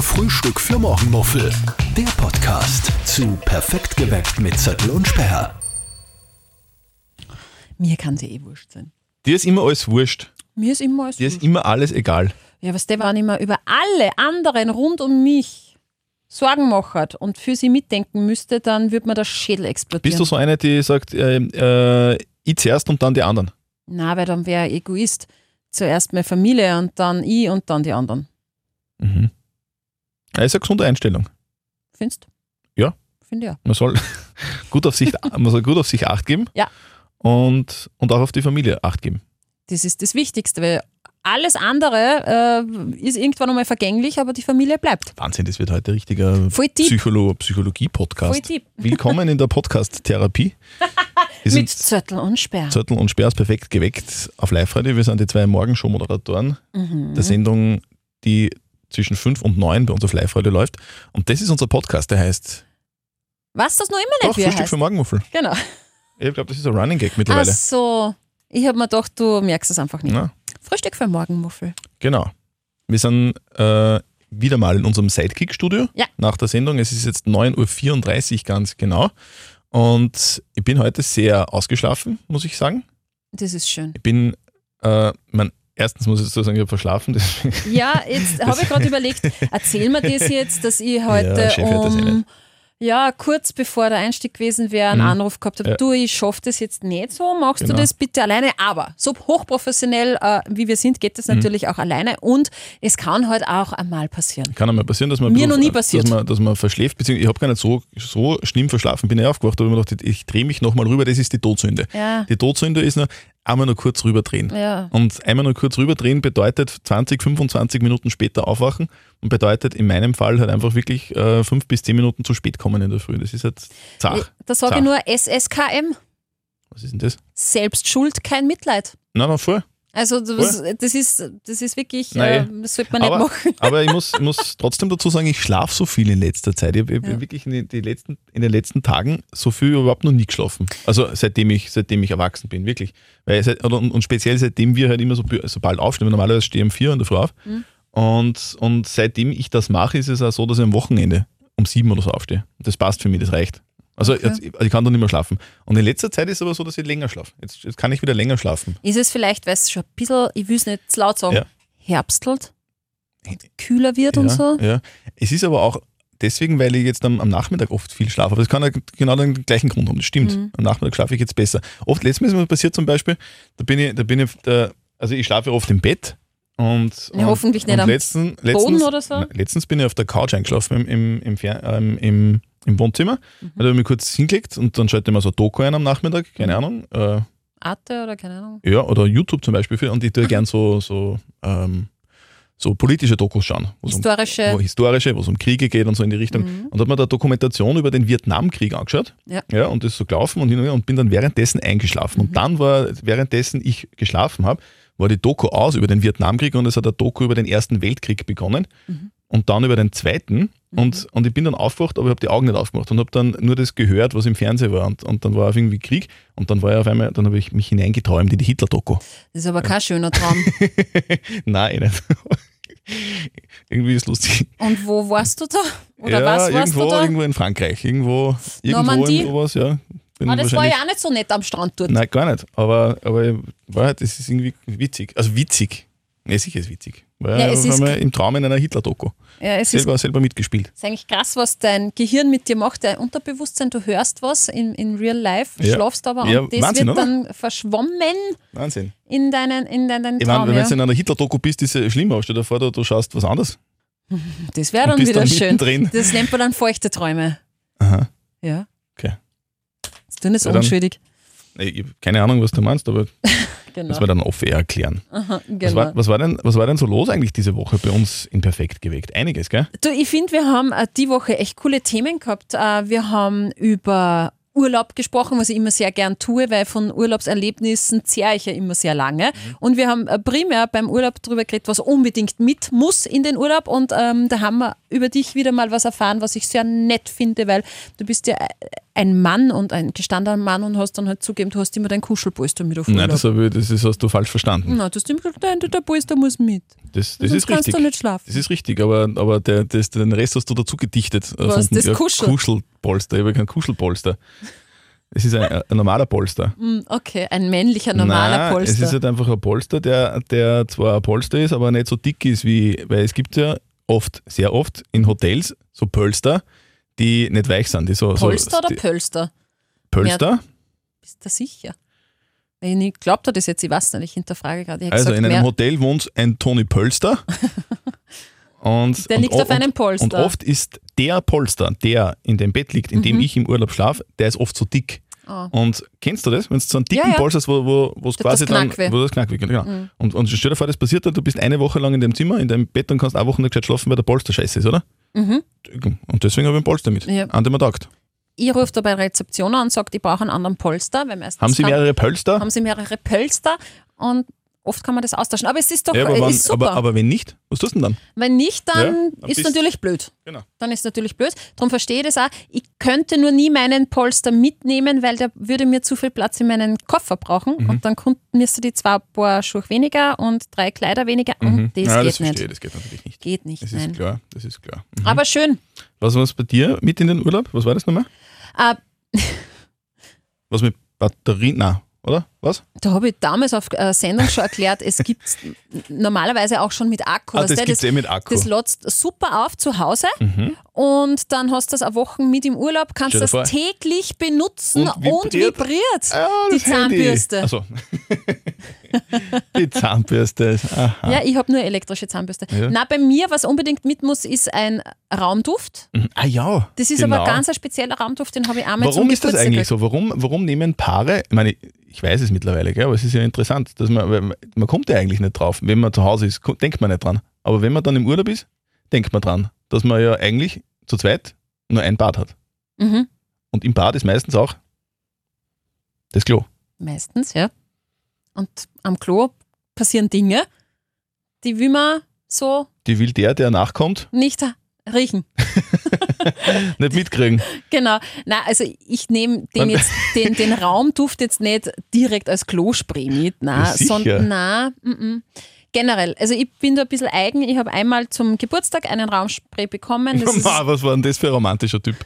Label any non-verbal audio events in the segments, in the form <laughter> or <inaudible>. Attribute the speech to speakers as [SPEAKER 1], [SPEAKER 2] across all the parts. [SPEAKER 1] Frühstück für Morgenmuffel. Der Podcast zu Perfekt geweckt mit Zettel und Sperr.
[SPEAKER 2] Mir kann sie eh wurscht sein.
[SPEAKER 3] Dir ist immer alles wurscht.
[SPEAKER 2] Mir ist immer alles
[SPEAKER 3] Dir
[SPEAKER 2] wurscht.
[SPEAKER 3] ist immer alles egal.
[SPEAKER 2] Ja, was der waren immer über alle anderen rund um mich Sorgen macht und für sie mitdenken müsste, dann würde mir der Schädel explodieren.
[SPEAKER 3] Bist du so eine, die sagt, ähm, äh, ich zuerst und dann die anderen?
[SPEAKER 2] Na, weil dann wäre ich Egoist. Zuerst meine Familie und dann ich und dann die anderen.
[SPEAKER 3] Mhm. Das ist eine gesunde Einstellung.
[SPEAKER 2] Findest
[SPEAKER 3] Ja.
[SPEAKER 2] Finde ja.
[SPEAKER 3] Man soll <laughs> gut auf sich, man soll gut auf sich Acht geben.
[SPEAKER 2] Ja.
[SPEAKER 3] Und, und auch auf die Familie Acht geben.
[SPEAKER 2] Das ist das Wichtigste, weil alles andere äh, ist irgendwann einmal vergänglich, aber die Familie bleibt.
[SPEAKER 3] Wahnsinn, das wird heute ein richtiger
[SPEAKER 2] Voll deep.
[SPEAKER 3] Psycholo
[SPEAKER 2] Voll
[SPEAKER 3] Psychologie-Podcast.
[SPEAKER 2] deep. <laughs>
[SPEAKER 3] Willkommen in der Podcast-Therapie. Wir
[SPEAKER 2] Mit
[SPEAKER 3] sind
[SPEAKER 2] Zöttel und Sperr.
[SPEAKER 3] Zettel und Sperrs perfekt geweckt auf Live-Radio. Wir sind die zwei Morgenshow-Moderatoren
[SPEAKER 2] Mhm.
[SPEAKER 3] der Sendung, die zwischen 5 und 9 bei uns auf Live-Radio läuft. Und das ist unser Podcast, der heißt
[SPEAKER 2] Was das noch immer
[SPEAKER 3] Doch,
[SPEAKER 2] nicht wie er
[SPEAKER 3] Frühstück
[SPEAKER 2] heißt.
[SPEAKER 3] für Morgenmuffel.
[SPEAKER 2] Genau.
[SPEAKER 3] Ich glaube, das ist ein Running Gag
[SPEAKER 2] Ach
[SPEAKER 3] mittlerweile.
[SPEAKER 2] so. Ich habe mir gedacht, du merkst es einfach nicht.
[SPEAKER 3] Na,
[SPEAKER 2] Frühstück für Morgenmuffel.
[SPEAKER 3] genau. Wir sind äh, wieder mal in unserem Sidekick-Studio
[SPEAKER 2] Ja.
[SPEAKER 3] nach der Sendung. Es ist jetzt 9.34 Uhr ganz genau. Und ich bin heute sehr ausgeschlafen, muss ich sagen.
[SPEAKER 2] Das ist schön.
[SPEAKER 3] Ich bin, äh, mein, erstens muss ich dazu sagen, ich habe verschlafen. <laughs> Deswegen
[SPEAKER 2] Ja,
[SPEAKER 3] <laughs>
[SPEAKER 2] jetzt habe ich gerade überlegt, erzähl mir das jetzt, dass ich heute
[SPEAKER 3] Ja, Chef hört das eh
[SPEAKER 2] um,
[SPEAKER 3] nicht.
[SPEAKER 2] ja, kurz bevor der Einstieg gewesen wäre, einen
[SPEAKER 3] Mhm.
[SPEAKER 2] Anruf gehabt habe,
[SPEAKER 3] Ja.
[SPEAKER 2] du, ich schaffe das jetzt nicht so, machst
[SPEAKER 3] Genau.
[SPEAKER 2] du das bitte alleine, aber so hochprofessionell äh, wie wir sind, geht das
[SPEAKER 3] Mhm.
[SPEAKER 2] natürlich auch alleine und es kann halt auch einmal passieren.
[SPEAKER 3] Kann einmal passieren, dass man, ein
[SPEAKER 2] Mir
[SPEAKER 3] bisschen-
[SPEAKER 2] noch nie passiert.
[SPEAKER 3] Dass man, dass man verschläft, beziehungsweise ich habe gar nicht so, so schlimm verschlafen, bin ja aufgewacht, aber ich mir gedacht, ich drehe mich nochmal rüber, das ist die Todsünde.
[SPEAKER 2] Ja,
[SPEAKER 3] Die Todsünde ist nur einmal nur kurz rüberdrehen.
[SPEAKER 2] ja,
[SPEAKER 3] Und einmal nur kurz rüberdrehen bedeutet 20, 25 Minuten später aufwachen und bedeutet in meinem Fall halt einfach wirklich äh, 5 bis 10 Minuten zu spät kommen in der Früh. Das ist halt zach.
[SPEAKER 2] da sage
[SPEAKER 3] zach.
[SPEAKER 2] ich nur SSKM,
[SPEAKER 3] Was ist denn das?
[SPEAKER 2] Selbstschuld, kein Mitleid.
[SPEAKER 3] Nein, nein, voll.
[SPEAKER 2] Also das, das, ist, das ist wirklich, äh,
[SPEAKER 3] Nein.
[SPEAKER 2] das sollte man
[SPEAKER 3] eh. aber,
[SPEAKER 2] nicht machen.
[SPEAKER 3] aber ich muss, ich muss trotzdem dazu sagen, ich schlafe so viel in letzter Zeit. Ich habe
[SPEAKER 2] Ja.
[SPEAKER 3] wirklich in, den- die letzten, in den letzten Tagen so viel überhaupt noch nie geschlafen. Also seitdem ich, seitdem ich erwachsen bin, wirklich. Weil seit, oder, und, und speziell seitdem wir halt immer so, so bald aufstehen. Weil Normalerweise stehe ich um vier in der Früh auf.
[SPEAKER 2] Mhm.
[SPEAKER 3] Und, und seitdem ich das mache, ist es auch so, dass ich am Wochenende um sieben oder so aufstehe. Das passt für mich, das reicht. Also
[SPEAKER 2] Okay.
[SPEAKER 3] jetzt, ich kann da nicht mehr schlafen. Und in letzter Zeit ist es aber so, dass ich länger schlafe. Jetzt, jetzt kann ich wieder länger schlafen.
[SPEAKER 2] Ist es vielleicht, weil es schon ein bisschen, ich will es nicht zu laut sagen,
[SPEAKER 3] Ja.
[SPEAKER 2] herbstelt, kühler wird und
[SPEAKER 3] ja,
[SPEAKER 2] so.
[SPEAKER 3] Ja. Es ist aber auch deswegen, weil ich jetzt am, am Nachmittag oft viel schlafe. Aber das kann ja genau den gleichen Grund haben. Das stimmt.
[SPEAKER 2] Mhm.
[SPEAKER 3] Am Nachmittag schlafe ich jetzt besser. Oft letztes Mal ist mir passiert zum Beispiel, da bin ich, da bin ich, da, also ich schlafe oft im Bett und,
[SPEAKER 2] Ja,
[SPEAKER 3] und
[SPEAKER 2] hoffentlich nicht
[SPEAKER 3] und
[SPEAKER 2] am
[SPEAKER 3] letzten, letztens,
[SPEAKER 2] oder so?
[SPEAKER 3] Nein, Letztens bin ich auf der Couch eingeschlafen im, im, im, Fer- ähm, im, im Wohnzimmer.
[SPEAKER 2] Mhm.
[SPEAKER 3] Da habe ich mich kurz hingelegt und dann schalte ich mir so Doku ein am Nachmittag, keine
[SPEAKER 2] Mhm.
[SPEAKER 3] Ahnung. Äh,
[SPEAKER 2] Arte oder keine Ahnung.
[SPEAKER 3] ja, oder YouTube zum Beispiel. Und
[SPEAKER 2] <laughs>
[SPEAKER 3] ich tue gern so, so, ähm, so politische Dokus schauen. wo es um
[SPEAKER 2] Historische.
[SPEAKER 3] wo historische, wo es um Kriege geht und so in die Richtung. Und habe mir da Dokumentation über den Vietnamkrieg angeschaut.
[SPEAKER 2] Ja.
[SPEAKER 3] ja und das ist so gelaufen und hin und her und bin dann währenddessen eingeschlafen. Und dann war, währenddessen ich geschlafen habe, war die Doku aus über den Vietnamkrieg und es hat der Doku über den Ersten Weltkrieg begonnen und dann über den Zweiten. Und, und ich bin dann aufgewacht, aber ich habe die Augen nicht aufgemacht und habe dann nur das gehört, was im Fernsehen war. Und, und dann war auf irgendwie Krieg und dann war ja auf einmal, dann habe ich mich hineingeträumt in die Hitler-Doku. <laughs>
[SPEAKER 2] Das ist aber kein schöner Traum.
[SPEAKER 3] Nein, eh nicht. <laughs> irgendwie ist lustig.
[SPEAKER 2] Und wo warst du da? Oder was
[SPEAKER 3] ja,
[SPEAKER 2] warst
[SPEAKER 3] irgendwo,
[SPEAKER 2] du da?
[SPEAKER 3] irgendwo in Frankreich, irgendwo, irgendwo
[SPEAKER 2] Normandie?
[SPEAKER 3] in sowas, ja. Bin
[SPEAKER 2] Ah, das war
[SPEAKER 3] wahrscheinlich-
[SPEAKER 2] ja auch nicht so nett am Strand dort.
[SPEAKER 3] Nein, gar nicht. Aber, aber war halt, es ist irgendwie witzig. Also witzig. Nee, sicher ist witzig. War
[SPEAKER 2] Ja,
[SPEAKER 3] ja,
[SPEAKER 2] es
[SPEAKER 3] auf
[SPEAKER 2] ist-
[SPEAKER 3] einmal im Traum in einer Hitler-Doku.
[SPEAKER 2] Ja, es ist,
[SPEAKER 3] Selber, selber mitgespielt.
[SPEAKER 2] ist eigentlich krass, was dein Gehirn mit dir macht. Dein Unterbewusstsein, du hörst was in, in real life,
[SPEAKER 3] Ja.
[SPEAKER 2] schlafst aber
[SPEAKER 3] Ja,
[SPEAKER 2] und das
[SPEAKER 3] Wahnsinn,
[SPEAKER 2] wird
[SPEAKER 3] oder?
[SPEAKER 2] dann verschwommen
[SPEAKER 3] Wahnsinn.
[SPEAKER 2] in deinen, in deinen
[SPEAKER 3] Ich meine,
[SPEAKER 2] Traum.
[SPEAKER 3] wenn
[SPEAKER 2] ja.
[SPEAKER 3] du in einer Hitler-Doku bist, ist es ja schlimmer. Aber Stell dir vor, du, du schaust was anderes.
[SPEAKER 2] Das wäre
[SPEAKER 3] und
[SPEAKER 2] dann
[SPEAKER 3] bist
[SPEAKER 2] wieder
[SPEAKER 3] dann
[SPEAKER 2] schön.
[SPEAKER 3] mittendrin.
[SPEAKER 2] Das nennt man dann feuchte Träume.
[SPEAKER 3] Aha.
[SPEAKER 2] Ja.
[SPEAKER 3] Okay.
[SPEAKER 2] Ist du nicht so
[SPEAKER 3] Ja, dann-
[SPEAKER 2] unschuldig.
[SPEAKER 3] Nee, Ich hab keine Ahnung, was du meinst, aber
[SPEAKER 2] Genau.
[SPEAKER 3] das wir dann off-air erklären.
[SPEAKER 2] Aha,
[SPEAKER 3] Was,
[SPEAKER 2] genau.
[SPEAKER 3] war, was, war denn, was war denn so los eigentlich diese Woche bei uns in Perfekt geweckt? Einiges, gell?
[SPEAKER 2] Du, ich finde, wir haben äh, die Woche echt coole Themen gehabt. Äh, Wir haben über Urlaub gesprochen, was ich immer sehr gern tue, weil von Urlaubserlebnissen zehre ich ja immer sehr lange.
[SPEAKER 3] Mhm.
[SPEAKER 2] Und wir haben äh, primär beim Urlaub drüber geredet, was unbedingt mit muss in den Urlaub. Und ähm, da haben wir über dich wieder mal was erfahren, was ich sehr nett finde, weil du bist ja äh, ein Mann und ein gestandener Mann und hast dann halt zugegeben, du hast immer dein Kuschelpolster mit auf Urlaub.
[SPEAKER 3] Nein, das, hab ich, das ist, hast du falsch verstanden.
[SPEAKER 2] Nein, du hast immer gesagt, nein, der- der Polster muss mit.
[SPEAKER 3] Das, das
[SPEAKER 2] Sonst
[SPEAKER 3] ist
[SPEAKER 2] kannst
[SPEAKER 3] richtig.
[SPEAKER 2] du nicht schlafen.
[SPEAKER 3] Das ist richtig, aber, aber der, das, den Rest hast du dazu gedichtet. äh,
[SPEAKER 2] Was?
[SPEAKER 3] von-
[SPEAKER 2] Das Kuschel-
[SPEAKER 3] Kuschelpolster. Ich habe kein Kuschelpolster. Es ist ein, ein normaler Polster.
[SPEAKER 2] Hm, Okay, ein männlicher, normaler
[SPEAKER 3] Nein,
[SPEAKER 2] Polster.
[SPEAKER 3] Es ist halt einfach ein Polster, der, der zwar ein Polster ist, aber nicht so dick ist wie, weil es gibt ja oft, sehr oft in Hotels so Polster, die nicht weich sind. Die so,
[SPEAKER 2] Polster
[SPEAKER 3] so,
[SPEAKER 2] oder
[SPEAKER 3] die-
[SPEAKER 2] Pölster?
[SPEAKER 3] Polster?
[SPEAKER 2] Bist du sicher? Ich glaube dir das jetzt, ich weiß nicht, ich hinterfrage gerade. Ich hab
[SPEAKER 3] Also
[SPEAKER 2] gesagt,
[SPEAKER 3] in einem
[SPEAKER 2] mehr-
[SPEAKER 3] Hotel wohnt ein
[SPEAKER 2] <laughs>
[SPEAKER 3] Toni Pölster. und,
[SPEAKER 2] Der
[SPEAKER 3] und,
[SPEAKER 2] liegt auf
[SPEAKER 3] und-
[SPEAKER 2] einem Polster. Mhm.
[SPEAKER 3] Und oft ist der Polster, der in dem Bett liegt, in dem ich im Urlaub schlafe, der ist oft so dick.
[SPEAKER 2] Ah.
[SPEAKER 3] Und kennst du das? Wenn du so einen dicken
[SPEAKER 2] Ja, ja.
[SPEAKER 3] Polster hast, wo, wo, wo es
[SPEAKER 2] Das-
[SPEAKER 3] quasi
[SPEAKER 2] das
[SPEAKER 3] dann,
[SPEAKER 2] Knackweh.
[SPEAKER 3] wo das knack wird, genau.
[SPEAKER 2] Mhm.
[SPEAKER 3] Und, und stell dir vor, das passiert dann, du bist eine Woche lang in dem Zimmer, in deinem Bett und kannst eine Woche nicht gescheit schlafen, weil der Polster scheiße ist, oder? Und deswegen habe ich einen Polster mit,
[SPEAKER 2] Mhm. Ja.
[SPEAKER 3] an dem man taugt.
[SPEAKER 2] Ich rufe da bei der Rezeption an und sage, ich brauche einen anderen Polster, weil meistens
[SPEAKER 3] Haben sie
[SPEAKER 2] kann-
[SPEAKER 3] mehrere Polster?
[SPEAKER 2] haben sie mehrere Polster und oft kann man das austauschen. Aber es ist doch
[SPEAKER 3] Ja, aber,
[SPEAKER 2] äh,
[SPEAKER 3] wann,
[SPEAKER 2] ist super.
[SPEAKER 3] aber, aber wenn nicht, was tust du denn dann?
[SPEAKER 2] Wenn nicht, dann
[SPEAKER 3] Ja,
[SPEAKER 2] ist
[SPEAKER 3] bist-
[SPEAKER 2] natürlich blöd.
[SPEAKER 3] Genau.
[SPEAKER 2] Dann ist natürlich blöd. Darum verstehe ich das auch. Ich könnte nur nie meinen Polster mitnehmen, weil der würde mir zu viel Platz in meinen Koffer brauchen.
[SPEAKER 3] Mhm.
[SPEAKER 2] Und dann konnten- müsste die zwei paar Schuhe weniger und drei Kleider weniger. Und das
[SPEAKER 3] Mhm. Hm? ja,
[SPEAKER 2] geht
[SPEAKER 3] das
[SPEAKER 2] nicht.
[SPEAKER 3] verstehe ich, das geht natürlich nicht.
[SPEAKER 2] Geht nicht,
[SPEAKER 3] Das
[SPEAKER 2] nein.
[SPEAKER 3] ist klar, das ist klar.
[SPEAKER 2] Aber schön.
[SPEAKER 3] Was war es bei dir mit in den Urlaub? Was war das nochmal?
[SPEAKER 2] Äh,
[SPEAKER 3] Was mit Batterien? Na, oder? Was?
[SPEAKER 2] da habe ich damals auf äh, Sendung schon erklärt, es gibt normalerweise auch schon mit Akku.
[SPEAKER 3] Ah,
[SPEAKER 2] weißt
[SPEAKER 3] das
[SPEAKER 2] du,
[SPEAKER 3] gibt's eh mit Akku. Mhm.
[SPEAKER 2] Das lädst super auf zu Hause und dann hast du das eine Woche mit im Urlaub, kannst
[SPEAKER 3] Stell dir
[SPEAKER 2] das
[SPEAKER 3] vor.
[SPEAKER 2] täglich benutzen und
[SPEAKER 3] Und
[SPEAKER 2] vibriert,
[SPEAKER 3] vibriert. Ah,
[SPEAKER 2] die Zahnbürste.
[SPEAKER 3] Achso. <laughs> die Zahnbürste. Aha.
[SPEAKER 2] Ja, ich habe nur elektrische Zahnbürste.
[SPEAKER 3] Ah. Ja.
[SPEAKER 2] Na, bei mir, was unbedingt mit muss, ist ein Raumduft.
[SPEAKER 3] Ah ja.
[SPEAKER 2] Das ist
[SPEAKER 3] genau.
[SPEAKER 2] aber ganz ein spezieller Raumduft, den habe ich einmal
[SPEAKER 3] Warum
[SPEAKER 2] zum
[SPEAKER 3] ist das
[SPEAKER 2] Geburtstag
[SPEAKER 3] eigentlich so? Warum, warum nehmen Paare, ich meine, ich weiß es mittlerweile, gell, aber es ist ja interessant, dass man, weil man- man kommt ja eigentlich nicht drauf. Wenn man zu Hause ist, ko- denkt man nicht dran. Aber wenn man dann im Urlaub ist, denkt man dran, dass man ja eigentlich zu zweit nur ein Bad hat.
[SPEAKER 2] gekriegt. Mhm.
[SPEAKER 3] Und im Bad ist meistens auch das Klo.
[SPEAKER 2] Mhm. Meistens, ja. Und am Klo passieren Dinge, die will man so
[SPEAKER 3] Die will der, der nachkommt,
[SPEAKER 2] nicht riechen.
[SPEAKER 3] nicht mitkriegen.
[SPEAKER 2] Genau. Na, also ich nehme den
[SPEAKER 3] Man-
[SPEAKER 2] jetzt den,
[SPEAKER 3] <laughs>
[SPEAKER 2] den Raumduft jetzt nicht direkt als Klospray mit, na,
[SPEAKER 3] Ja, sicher.
[SPEAKER 2] sondern na, mm, mm. generell. Also ich bin da ein bisschen eigen. Ich habe einmal zum Geburtstag einen Raumspray bekommen. <laughs> Das
[SPEAKER 3] <laughs>
[SPEAKER 2] ist,
[SPEAKER 3] Ma, was war denn das für ein romantischer Typ?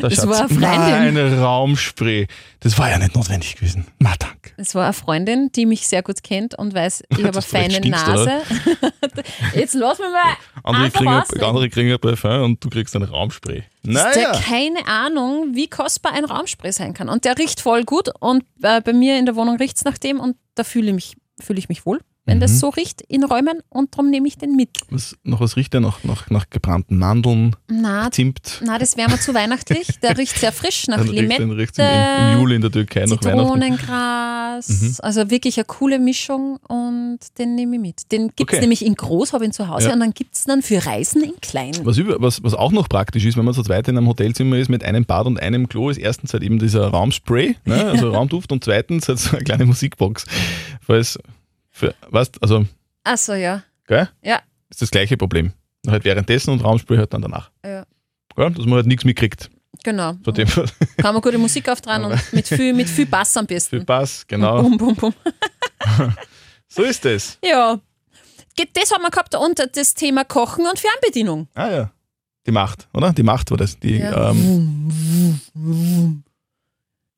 [SPEAKER 3] Der
[SPEAKER 2] Das war eine Freundin.
[SPEAKER 3] Nein, ein Raumspray. Das war ja nicht notwendig gewesen. Na, danke.
[SPEAKER 2] das war eine Freundin, die mich sehr gut kennt und weiß,
[SPEAKER 3] <laughs>
[SPEAKER 2] ich habe eine
[SPEAKER 3] Das vielleicht
[SPEAKER 2] feine
[SPEAKER 3] stinkst,
[SPEAKER 2] Nase. <laughs> jetzt lass mich mal
[SPEAKER 3] Andere
[SPEAKER 2] einfach
[SPEAKER 3] kriegen,
[SPEAKER 2] ausreden.
[SPEAKER 3] andere kriegen ein Parfum und du kriegst ein Raumspray.
[SPEAKER 2] Ist
[SPEAKER 3] Naja.
[SPEAKER 2] der keine Ahnung, wie kostbar ein Raumspray sein kann. Und der riecht voll gut und äh, bei mir in der Wohnung riecht es nach dem und da fühle ich mich, fühle ich mich wohl, wenn
[SPEAKER 3] Mhm.
[SPEAKER 2] das so riecht in Räumen und darum nehme ich den mit.
[SPEAKER 3] Was, noch was riecht der? Nach, nach, nach gebrannten Mandeln,
[SPEAKER 2] Na,
[SPEAKER 3] Zimt.
[SPEAKER 2] na das wäre mir zu weihnachtlich.
[SPEAKER 3] <laughs>
[SPEAKER 2] Der riecht sehr frisch nach
[SPEAKER 3] Also riecht-
[SPEAKER 2] Limette,
[SPEAKER 3] den riecht's im, im, Im Juli in der Türkei nach Weihnachten. Mhm.
[SPEAKER 2] Zitronengras. Also wirklich eine coole Mischung und den nehme ich mit. Den gibt es
[SPEAKER 3] Okay.
[SPEAKER 2] nämlich in groß, habe ihn zu Hause
[SPEAKER 3] Ja.
[SPEAKER 2] und dann gibt es dann für Reisen in klein.
[SPEAKER 3] Was, über, was, was auch noch praktisch ist, wenn man zu zweit in einem Hotelzimmer ist mit einem Bad und einem Klo, ist erstens halt eben dieser Raumspray,
[SPEAKER 2] <laughs>
[SPEAKER 3] ne? also Raumduft und zweitens halt so eine kleine Musikbox. Falls, für, weißt, also,
[SPEAKER 2] Achso, ja.
[SPEAKER 3] gell?
[SPEAKER 2] Ja.
[SPEAKER 3] Ist das gleiche Problem. Halt währenddessen und Raumspray halt dann danach.
[SPEAKER 2] Ja.
[SPEAKER 3] Gell? Dass man halt nichts mitkriegt
[SPEAKER 2] Genau.
[SPEAKER 3] von dem, was
[SPEAKER 2] Kann man gute Musik auftragen und mit viel, mit viel Bass am besten.
[SPEAKER 3] <laughs> für Bass, genau.
[SPEAKER 2] Bum, bum, bum.
[SPEAKER 3] So ist das.
[SPEAKER 2] Ja. Ge- Das haben wir gehabt und das Thema Kochen und Fernbedienung.
[SPEAKER 3] Ah ja. Die Macht, oder? Die Macht war das. Die,
[SPEAKER 2] Ja.
[SPEAKER 3] ähm,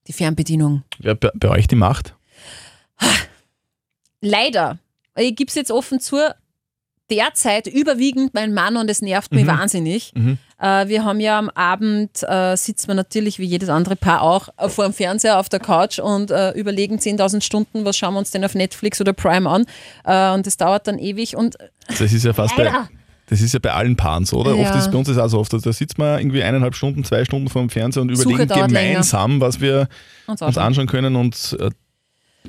[SPEAKER 2] Die Fernbedienung.
[SPEAKER 3] wer bei, bei euch die Macht?
[SPEAKER 2] Leider, ich gebe es jetzt offen zu, derzeit überwiegend mein Mann und es nervt mich
[SPEAKER 3] Mhm.
[SPEAKER 2] wahnsinnig.
[SPEAKER 3] Mhm.
[SPEAKER 2] Äh, wir haben ja am Abend, äh, sitzen wir natürlich wie jedes andere Paar auch äh, vor dem Fernseher auf der Couch und äh, überlegen 10.000 Stunden, was schauen wir uns denn auf Netflix oder Prime an. Äh, und das dauert dann ewig und
[SPEAKER 3] Das ist ja fast
[SPEAKER 2] Leider.
[SPEAKER 3] bei, das ist ja bei allen Paaren so, oder?
[SPEAKER 2] Ja.
[SPEAKER 3] Oft ist bei uns ist auch so oft. Da sitzt man irgendwie eineinhalb Stunden, zwei Stunden vor dem Fernseher und
[SPEAKER 2] Suche
[SPEAKER 3] überlegen
[SPEAKER 2] dauert
[SPEAKER 3] gemeinsam, was wir
[SPEAKER 2] uns
[SPEAKER 3] uns
[SPEAKER 2] anschauen.
[SPEAKER 3] anschauen können und äh,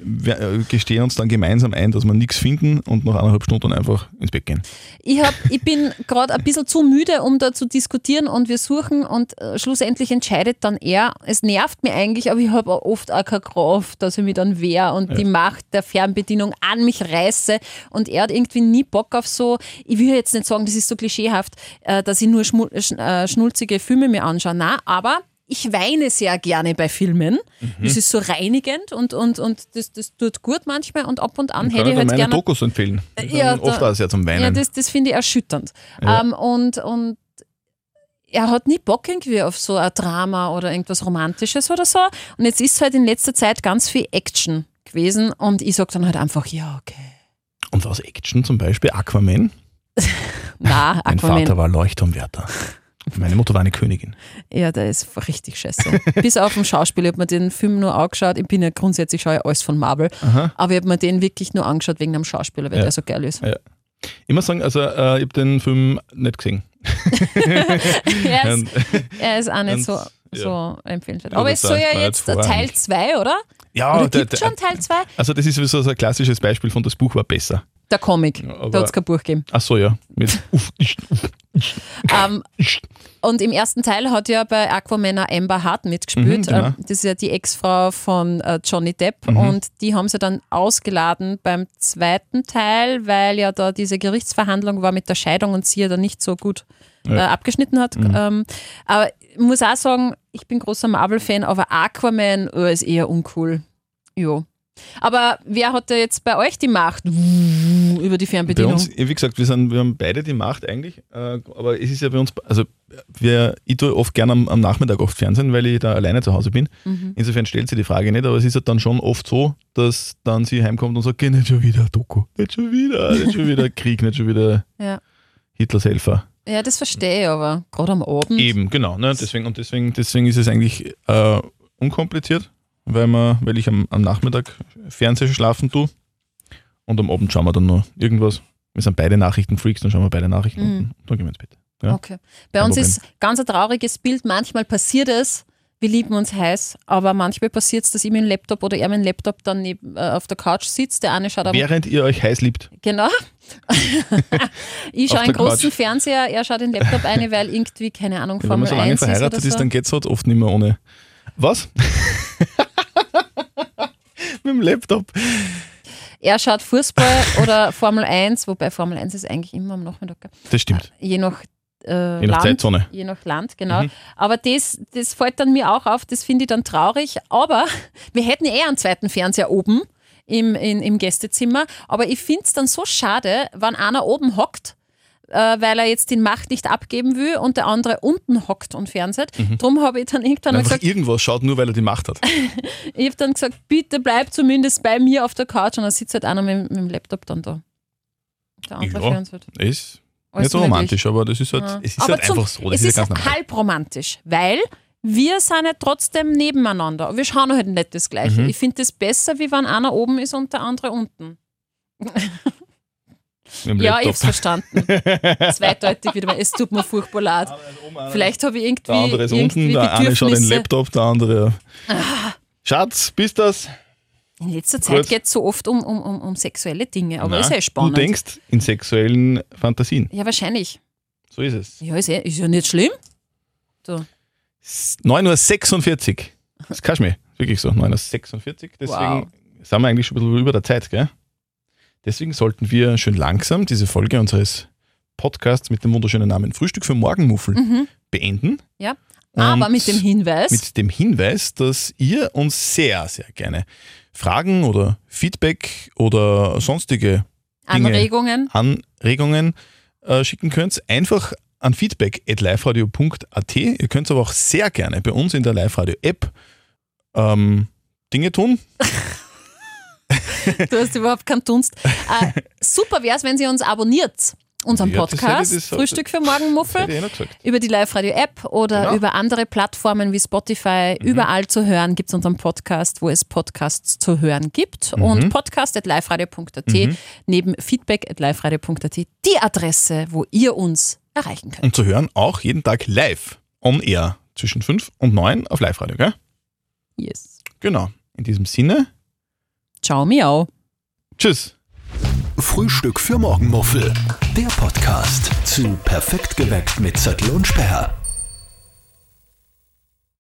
[SPEAKER 3] wir äh, gestehen uns dann gemeinsam ein, dass wir nichts finden und nach eineinhalb Stunden einfach ins Bett gehen.
[SPEAKER 2] Ich, hab, ich bin gerade ein bisschen zu müde, um da zu diskutieren und wir suchen und äh, schlussendlich entscheidet dann er. Es nervt mir eigentlich, aber ich habe oft auch keine Kraft, dass ich mich dann wehr und die Macht der Fernbedienung an mich reiße und er hat irgendwie nie Bock auf so, ich will jetzt nicht sagen, das ist so klischeehaft, äh, dass ich nur schmu sch äh, schnulzige Filme mir anschaue, nein, aber ich weine sehr gerne bei Filmen. Das ist so reinigend und, und, und das, das tut gut manchmal und ab und an
[SPEAKER 3] Kann
[SPEAKER 2] hätte
[SPEAKER 3] ich
[SPEAKER 2] ich halt
[SPEAKER 3] dann meine
[SPEAKER 2] gerne Äh,
[SPEAKER 3] Dokus empfehlen.
[SPEAKER 2] ja,
[SPEAKER 3] Ja, oft
[SPEAKER 2] da-
[SPEAKER 3] auch sehr zum Weinen.
[SPEAKER 2] ja, das, das finde ich erschütternd.
[SPEAKER 3] Ja.
[SPEAKER 2] Ähm, und, und er hat nie Bock irgendwie auf so ein Drama oder irgendwas Romantisches oder so. Und jetzt ist halt in letzter Zeit ganz viel Action gewesen und ich sage dann halt einfach, ja,
[SPEAKER 3] <laughs>
[SPEAKER 2] okay.
[SPEAKER 3] und aus Action zum Beispiel Aquaman.
[SPEAKER 2] Na,
[SPEAKER 3] Mein Vater
[SPEAKER 2] Aquaman.
[SPEAKER 3] war Leuchtturmwärter. Meine Mutter war eine Königin.
[SPEAKER 2] Ja, der ist richtig
[SPEAKER 3] <laughs>
[SPEAKER 2] scheiße. Bis auf den Schauspiel, ich habe mir den Film nur angeschaut. Ich bin ja grundsätzlich schaue ich alles von Marvel,
[SPEAKER 3] Aha.
[SPEAKER 2] aber ich habe mir den wirklich nur angeschaut wegen dem Schauspieler, weil
[SPEAKER 3] Ja.
[SPEAKER 2] der so geil
[SPEAKER 3] <laughs>
[SPEAKER 2] ist.
[SPEAKER 3] Ich muss sagen, also äh, ich habe den Film nicht gesehen.
[SPEAKER 2] Er ist,
[SPEAKER 3] Und-
[SPEAKER 2] er ist auch nicht
[SPEAKER 3] und-
[SPEAKER 2] so, so
[SPEAKER 3] ja.
[SPEAKER 2] empfehlenswert.
[SPEAKER 3] Ja,
[SPEAKER 2] Aber
[SPEAKER 3] das
[SPEAKER 2] es soll
[SPEAKER 3] sagt
[SPEAKER 2] ja
[SPEAKER 3] man
[SPEAKER 2] jetzt
[SPEAKER 3] jetzt vorher
[SPEAKER 2] Teil
[SPEAKER 3] nicht.
[SPEAKER 2] 2, oder?
[SPEAKER 3] ja,
[SPEAKER 2] Oder
[SPEAKER 3] der,
[SPEAKER 2] gibt
[SPEAKER 3] der,
[SPEAKER 2] es schon Teil 2?
[SPEAKER 3] also das ist so so ein klassisches Beispiel von das Buch war besser.
[SPEAKER 2] Der Comic.
[SPEAKER 3] aber-
[SPEAKER 2] da hat es kein Buch
[SPEAKER 3] <laughs>
[SPEAKER 2] gegeben.
[SPEAKER 3] Ach so, ja. Mit uff, ich, uff,
[SPEAKER 2] Ähm,
[SPEAKER 3] ich.
[SPEAKER 2] und im ersten Teil hat ja bei Aquaman auch Amber Hart mitgespielt.
[SPEAKER 3] Mhm, genau. Mhm.
[SPEAKER 2] Ähm, das ist ja die Ex-Frau von äh, Johnny Depp. Und die haben sie dann ausgeladen beim zweiten Teil, weil ja da diese Gerichtsverhandlung war mit der Scheidung und sie ja da nicht so gut äh, abgeschnitten hat.
[SPEAKER 3] Mhm.
[SPEAKER 2] Ähm, aber ich muss auch sagen, ich bin großer Marvel-Fan, aber Aquaman oh, ist eher uncool. Jo. Aber wer hat da jetzt bei euch die Macht über die
[SPEAKER 3] Bei
[SPEAKER 2] Fernbedienung?
[SPEAKER 3] uns, wie gesagt, wir, sind, wir haben beide die Macht eigentlich, äh, aber es ist ja bei uns, also wir, ich tue oft gerne am, am Nachmittag oft Fernsehen, weil ich da alleine zu Hause bin.
[SPEAKER 2] Mhm.
[SPEAKER 3] Insofern stellt sie die Frage nicht, aber es ist halt dann schon oft so, dass dann sie heimkommt und sagt, geh nicht schon wieder Doku, nicht schon wieder, nicht schon wieder Krieg, nicht schon wieder
[SPEAKER 2] Ja.
[SPEAKER 3] Hitlers Helfer.
[SPEAKER 2] Ja, das verstehe ich, aber gerade am Abend.
[SPEAKER 3] Eben, genau. Ne? Deswegen, und deswegen, deswegen ist es eigentlich äh, unkompliziert, weil, man, weil ich am, am Nachmittag Fernseh schlafen tue und am Abend schauen wir dann nur irgendwas. Wir sind beide Nachrichtenfreaks, dann schauen wir beide Nachrichten
[SPEAKER 2] Mhm.
[SPEAKER 3] und dann gehen wir ins Bett. Ja.
[SPEAKER 2] Okay. Bei
[SPEAKER 3] Kein
[SPEAKER 2] uns
[SPEAKER 3] Problem.
[SPEAKER 2] ist ganz ein trauriges Bild. Manchmal passiert es, wir lieben uns heiß, aber manchmal passiert es, dass ich mit dem Laptop oder er mit dem Laptop dann neben, äh, auf der Couch sitzt. Der eine schaut am
[SPEAKER 3] Während ihr euch heiß liebt.
[SPEAKER 2] Genau.
[SPEAKER 3] <laughs>
[SPEAKER 2] ich
[SPEAKER 3] Auf
[SPEAKER 2] schaue einen
[SPEAKER 3] der Couch.
[SPEAKER 2] großen Fernseher, er schaut den Laptop ein, weil irgendwie, keine Ahnung,
[SPEAKER 3] Wenn
[SPEAKER 2] Formel
[SPEAKER 3] man so lange
[SPEAKER 2] 1 ist oder
[SPEAKER 3] verheiratet
[SPEAKER 2] so.
[SPEAKER 3] ist, dann geht es halt oft nicht mehr ohne.
[SPEAKER 2] <laughs>
[SPEAKER 3] Was? Mit dem Laptop.
[SPEAKER 2] er schaut Fußball oder Formel 1, wobei Formel 1 ist eigentlich immer am Nachmittag. gell?
[SPEAKER 3] Das stimmt.
[SPEAKER 2] Je nach, äh,
[SPEAKER 3] Je nach
[SPEAKER 2] Land.
[SPEAKER 3] Zeitzone.
[SPEAKER 2] Je nach Land, genau.
[SPEAKER 3] Mhm.
[SPEAKER 2] Aber das, das fällt dann mir auch auf, das finde ich dann traurig. Aber wir hätten eh einen zweiten Fernseher oben im, in, im Gästezimmer. Aber ich finde es dann so schade, wenn einer oben hockt, äh, weil er jetzt die Macht nicht abgeben will und der andere unten hockt und fernseht.
[SPEAKER 3] Mhm.
[SPEAKER 2] Drum habe ich dann irgendwann mal
[SPEAKER 3] Einfach
[SPEAKER 2] gesagt,
[SPEAKER 3] irgendwas schaut, nur weil er die Macht
[SPEAKER 2] <laughs>
[SPEAKER 3] hat.
[SPEAKER 2] ich habe dann gesagt, bitte bleib zumindest bei mir auf der Couch und dann sitzt halt einer mit, mit dem Laptop dann da. Der andere
[SPEAKER 3] Ja.
[SPEAKER 2] fernseht.
[SPEAKER 3] Ist
[SPEAKER 2] Alles
[SPEAKER 3] nicht so
[SPEAKER 2] möglich.
[SPEAKER 3] romantisch, aber das ist halt,
[SPEAKER 2] Ja.
[SPEAKER 3] es ist
[SPEAKER 2] Aber
[SPEAKER 3] halt
[SPEAKER 2] zum-
[SPEAKER 3] einfach so. Das
[SPEAKER 2] es
[SPEAKER 3] ist
[SPEAKER 2] ist
[SPEAKER 3] ja ganz normal.
[SPEAKER 2] halb romantisch, weil wir sind ja trotzdem nebeneinander. Wir schauen halt nicht das Gleiche.
[SPEAKER 3] Mhm.
[SPEAKER 2] Ich finde das besser, wie wenn einer oben ist und der andere unten.
[SPEAKER 3] Mit dem
[SPEAKER 2] Ja, ich
[SPEAKER 3] Laptop.
[SPEAKER 2] hab's
[SPEAKER 3] <laughs>
[SPEAKER 2] verstanden. Zweideutig wieder mal. Es tut mir furchtbar leid. Vielleicht habe ich irgendwie.
[SPEAKER 3] also Der andere ist unten,
[SPEAKER 2] irgendwie
[SPEAKER 3] der eine schaut den
[SPEAKER 2] Bedürfnisse.
[SPEAKER 3] Laptop, der andere. Schatz, bist das?
[SPEAKER 2] In letzter
[SPEAKER 3] Gut.
[SPEAKER 2] Zeit geht es so oft um, um, um, um sexuelle Dinge, aber
[SPEAKER 3] Na,
[SPEAKER 2] ist ja spannend.
[SPEAKER 3] Du denkst in sexuellen Fantasien.
[SPEAKER 2] Ja, wahrscheinlich.
[SPEAKER 3] So ist es.
[SPEAKER 2] Ja, ist, eh, ist ja nicht schlimm.
[SPEAKER 3] 9.46 Uhr. Das kannst du mir. Wirklich so. 9.46 Uhr. Deswegen
[SPEAKER 2] Wow.
[SPEAKER 3] sind wir eigentlich schon ein bisschen über der Zeit, gell? Deswegen sollten wir schön langsam diese Folge unseres Podcasts mit dem wunderschönen Namen Frühstück für Morgenmuffel
[SPEAKER 2] Mhm.
[SPEAKER 3] beenden.
[SPEAKER 2] Ja.
[SPEAKER 3] Und
[SPEAKER 2] aber mit dem Hinweis.
[SPEAKER 3] mit dem Hinweis, dass ihr uns sehr, sehr gerne Fragen oder Feedback oder sonstige Dinge-
[SPEAKER 2] Anregungen.
[SPEAKER 3] Anregungen äh, schicken könnt, einfach an feedback at liveradio.at. Ihr könnt aber auch sehr gerne bei uns in der Live-Radio-App ähm, Dinge tun.
[SPEAKER 2] Du hast überhaupt keinen Dunst.
[SPEAKER 3] <laughs>
[SPEAKER 2] Äh, super wäre es, wenn ihr uns abonniert, unseren
[SPEAKER 3] Ja, das
[SPEAKER 2] Podcast
[SPEAKER 3] hätte ich- das-
[SPEAKER 2] Frühstück für
[SPEAKER 3] Das hätte
[SPEAKER 2] Morgenmuffel.
[SPEAKER 3] ich eh noch gesagt.
[SPEAKER 2] Über die Live-Radio-App oder
[SPEAKER 3] Genau. Mhm.
[SPEAKER 2] über andere Plattformen wie Spotify, überall zu hören, gibt es unseren Podcast, wo es Podcasts zu hören gibt.
[SPEAKER 3] Mhm.
[SPEAKER 2] Und podcast.liferadio.at, neben feedback.liferadio.at, die Adresse, wo ihr uns erreichen könnt.
[SPEAKER 3] Und zu hören auch jeden Tag live on air zwischen 5 und 9 auf Live-Radio, gell?
[SPEAKER 2] Yes.
[SPEAKER 3] Genau. In diesem Sinne,
[SPEAKER 2] Ciao, miau.
[SPEAKER 3] Tschüss.
[SPEAKER 1] Frühstück für Morgenmuffel. Der Podcast zu Perfekt geweckt mit Zettel und Sperr.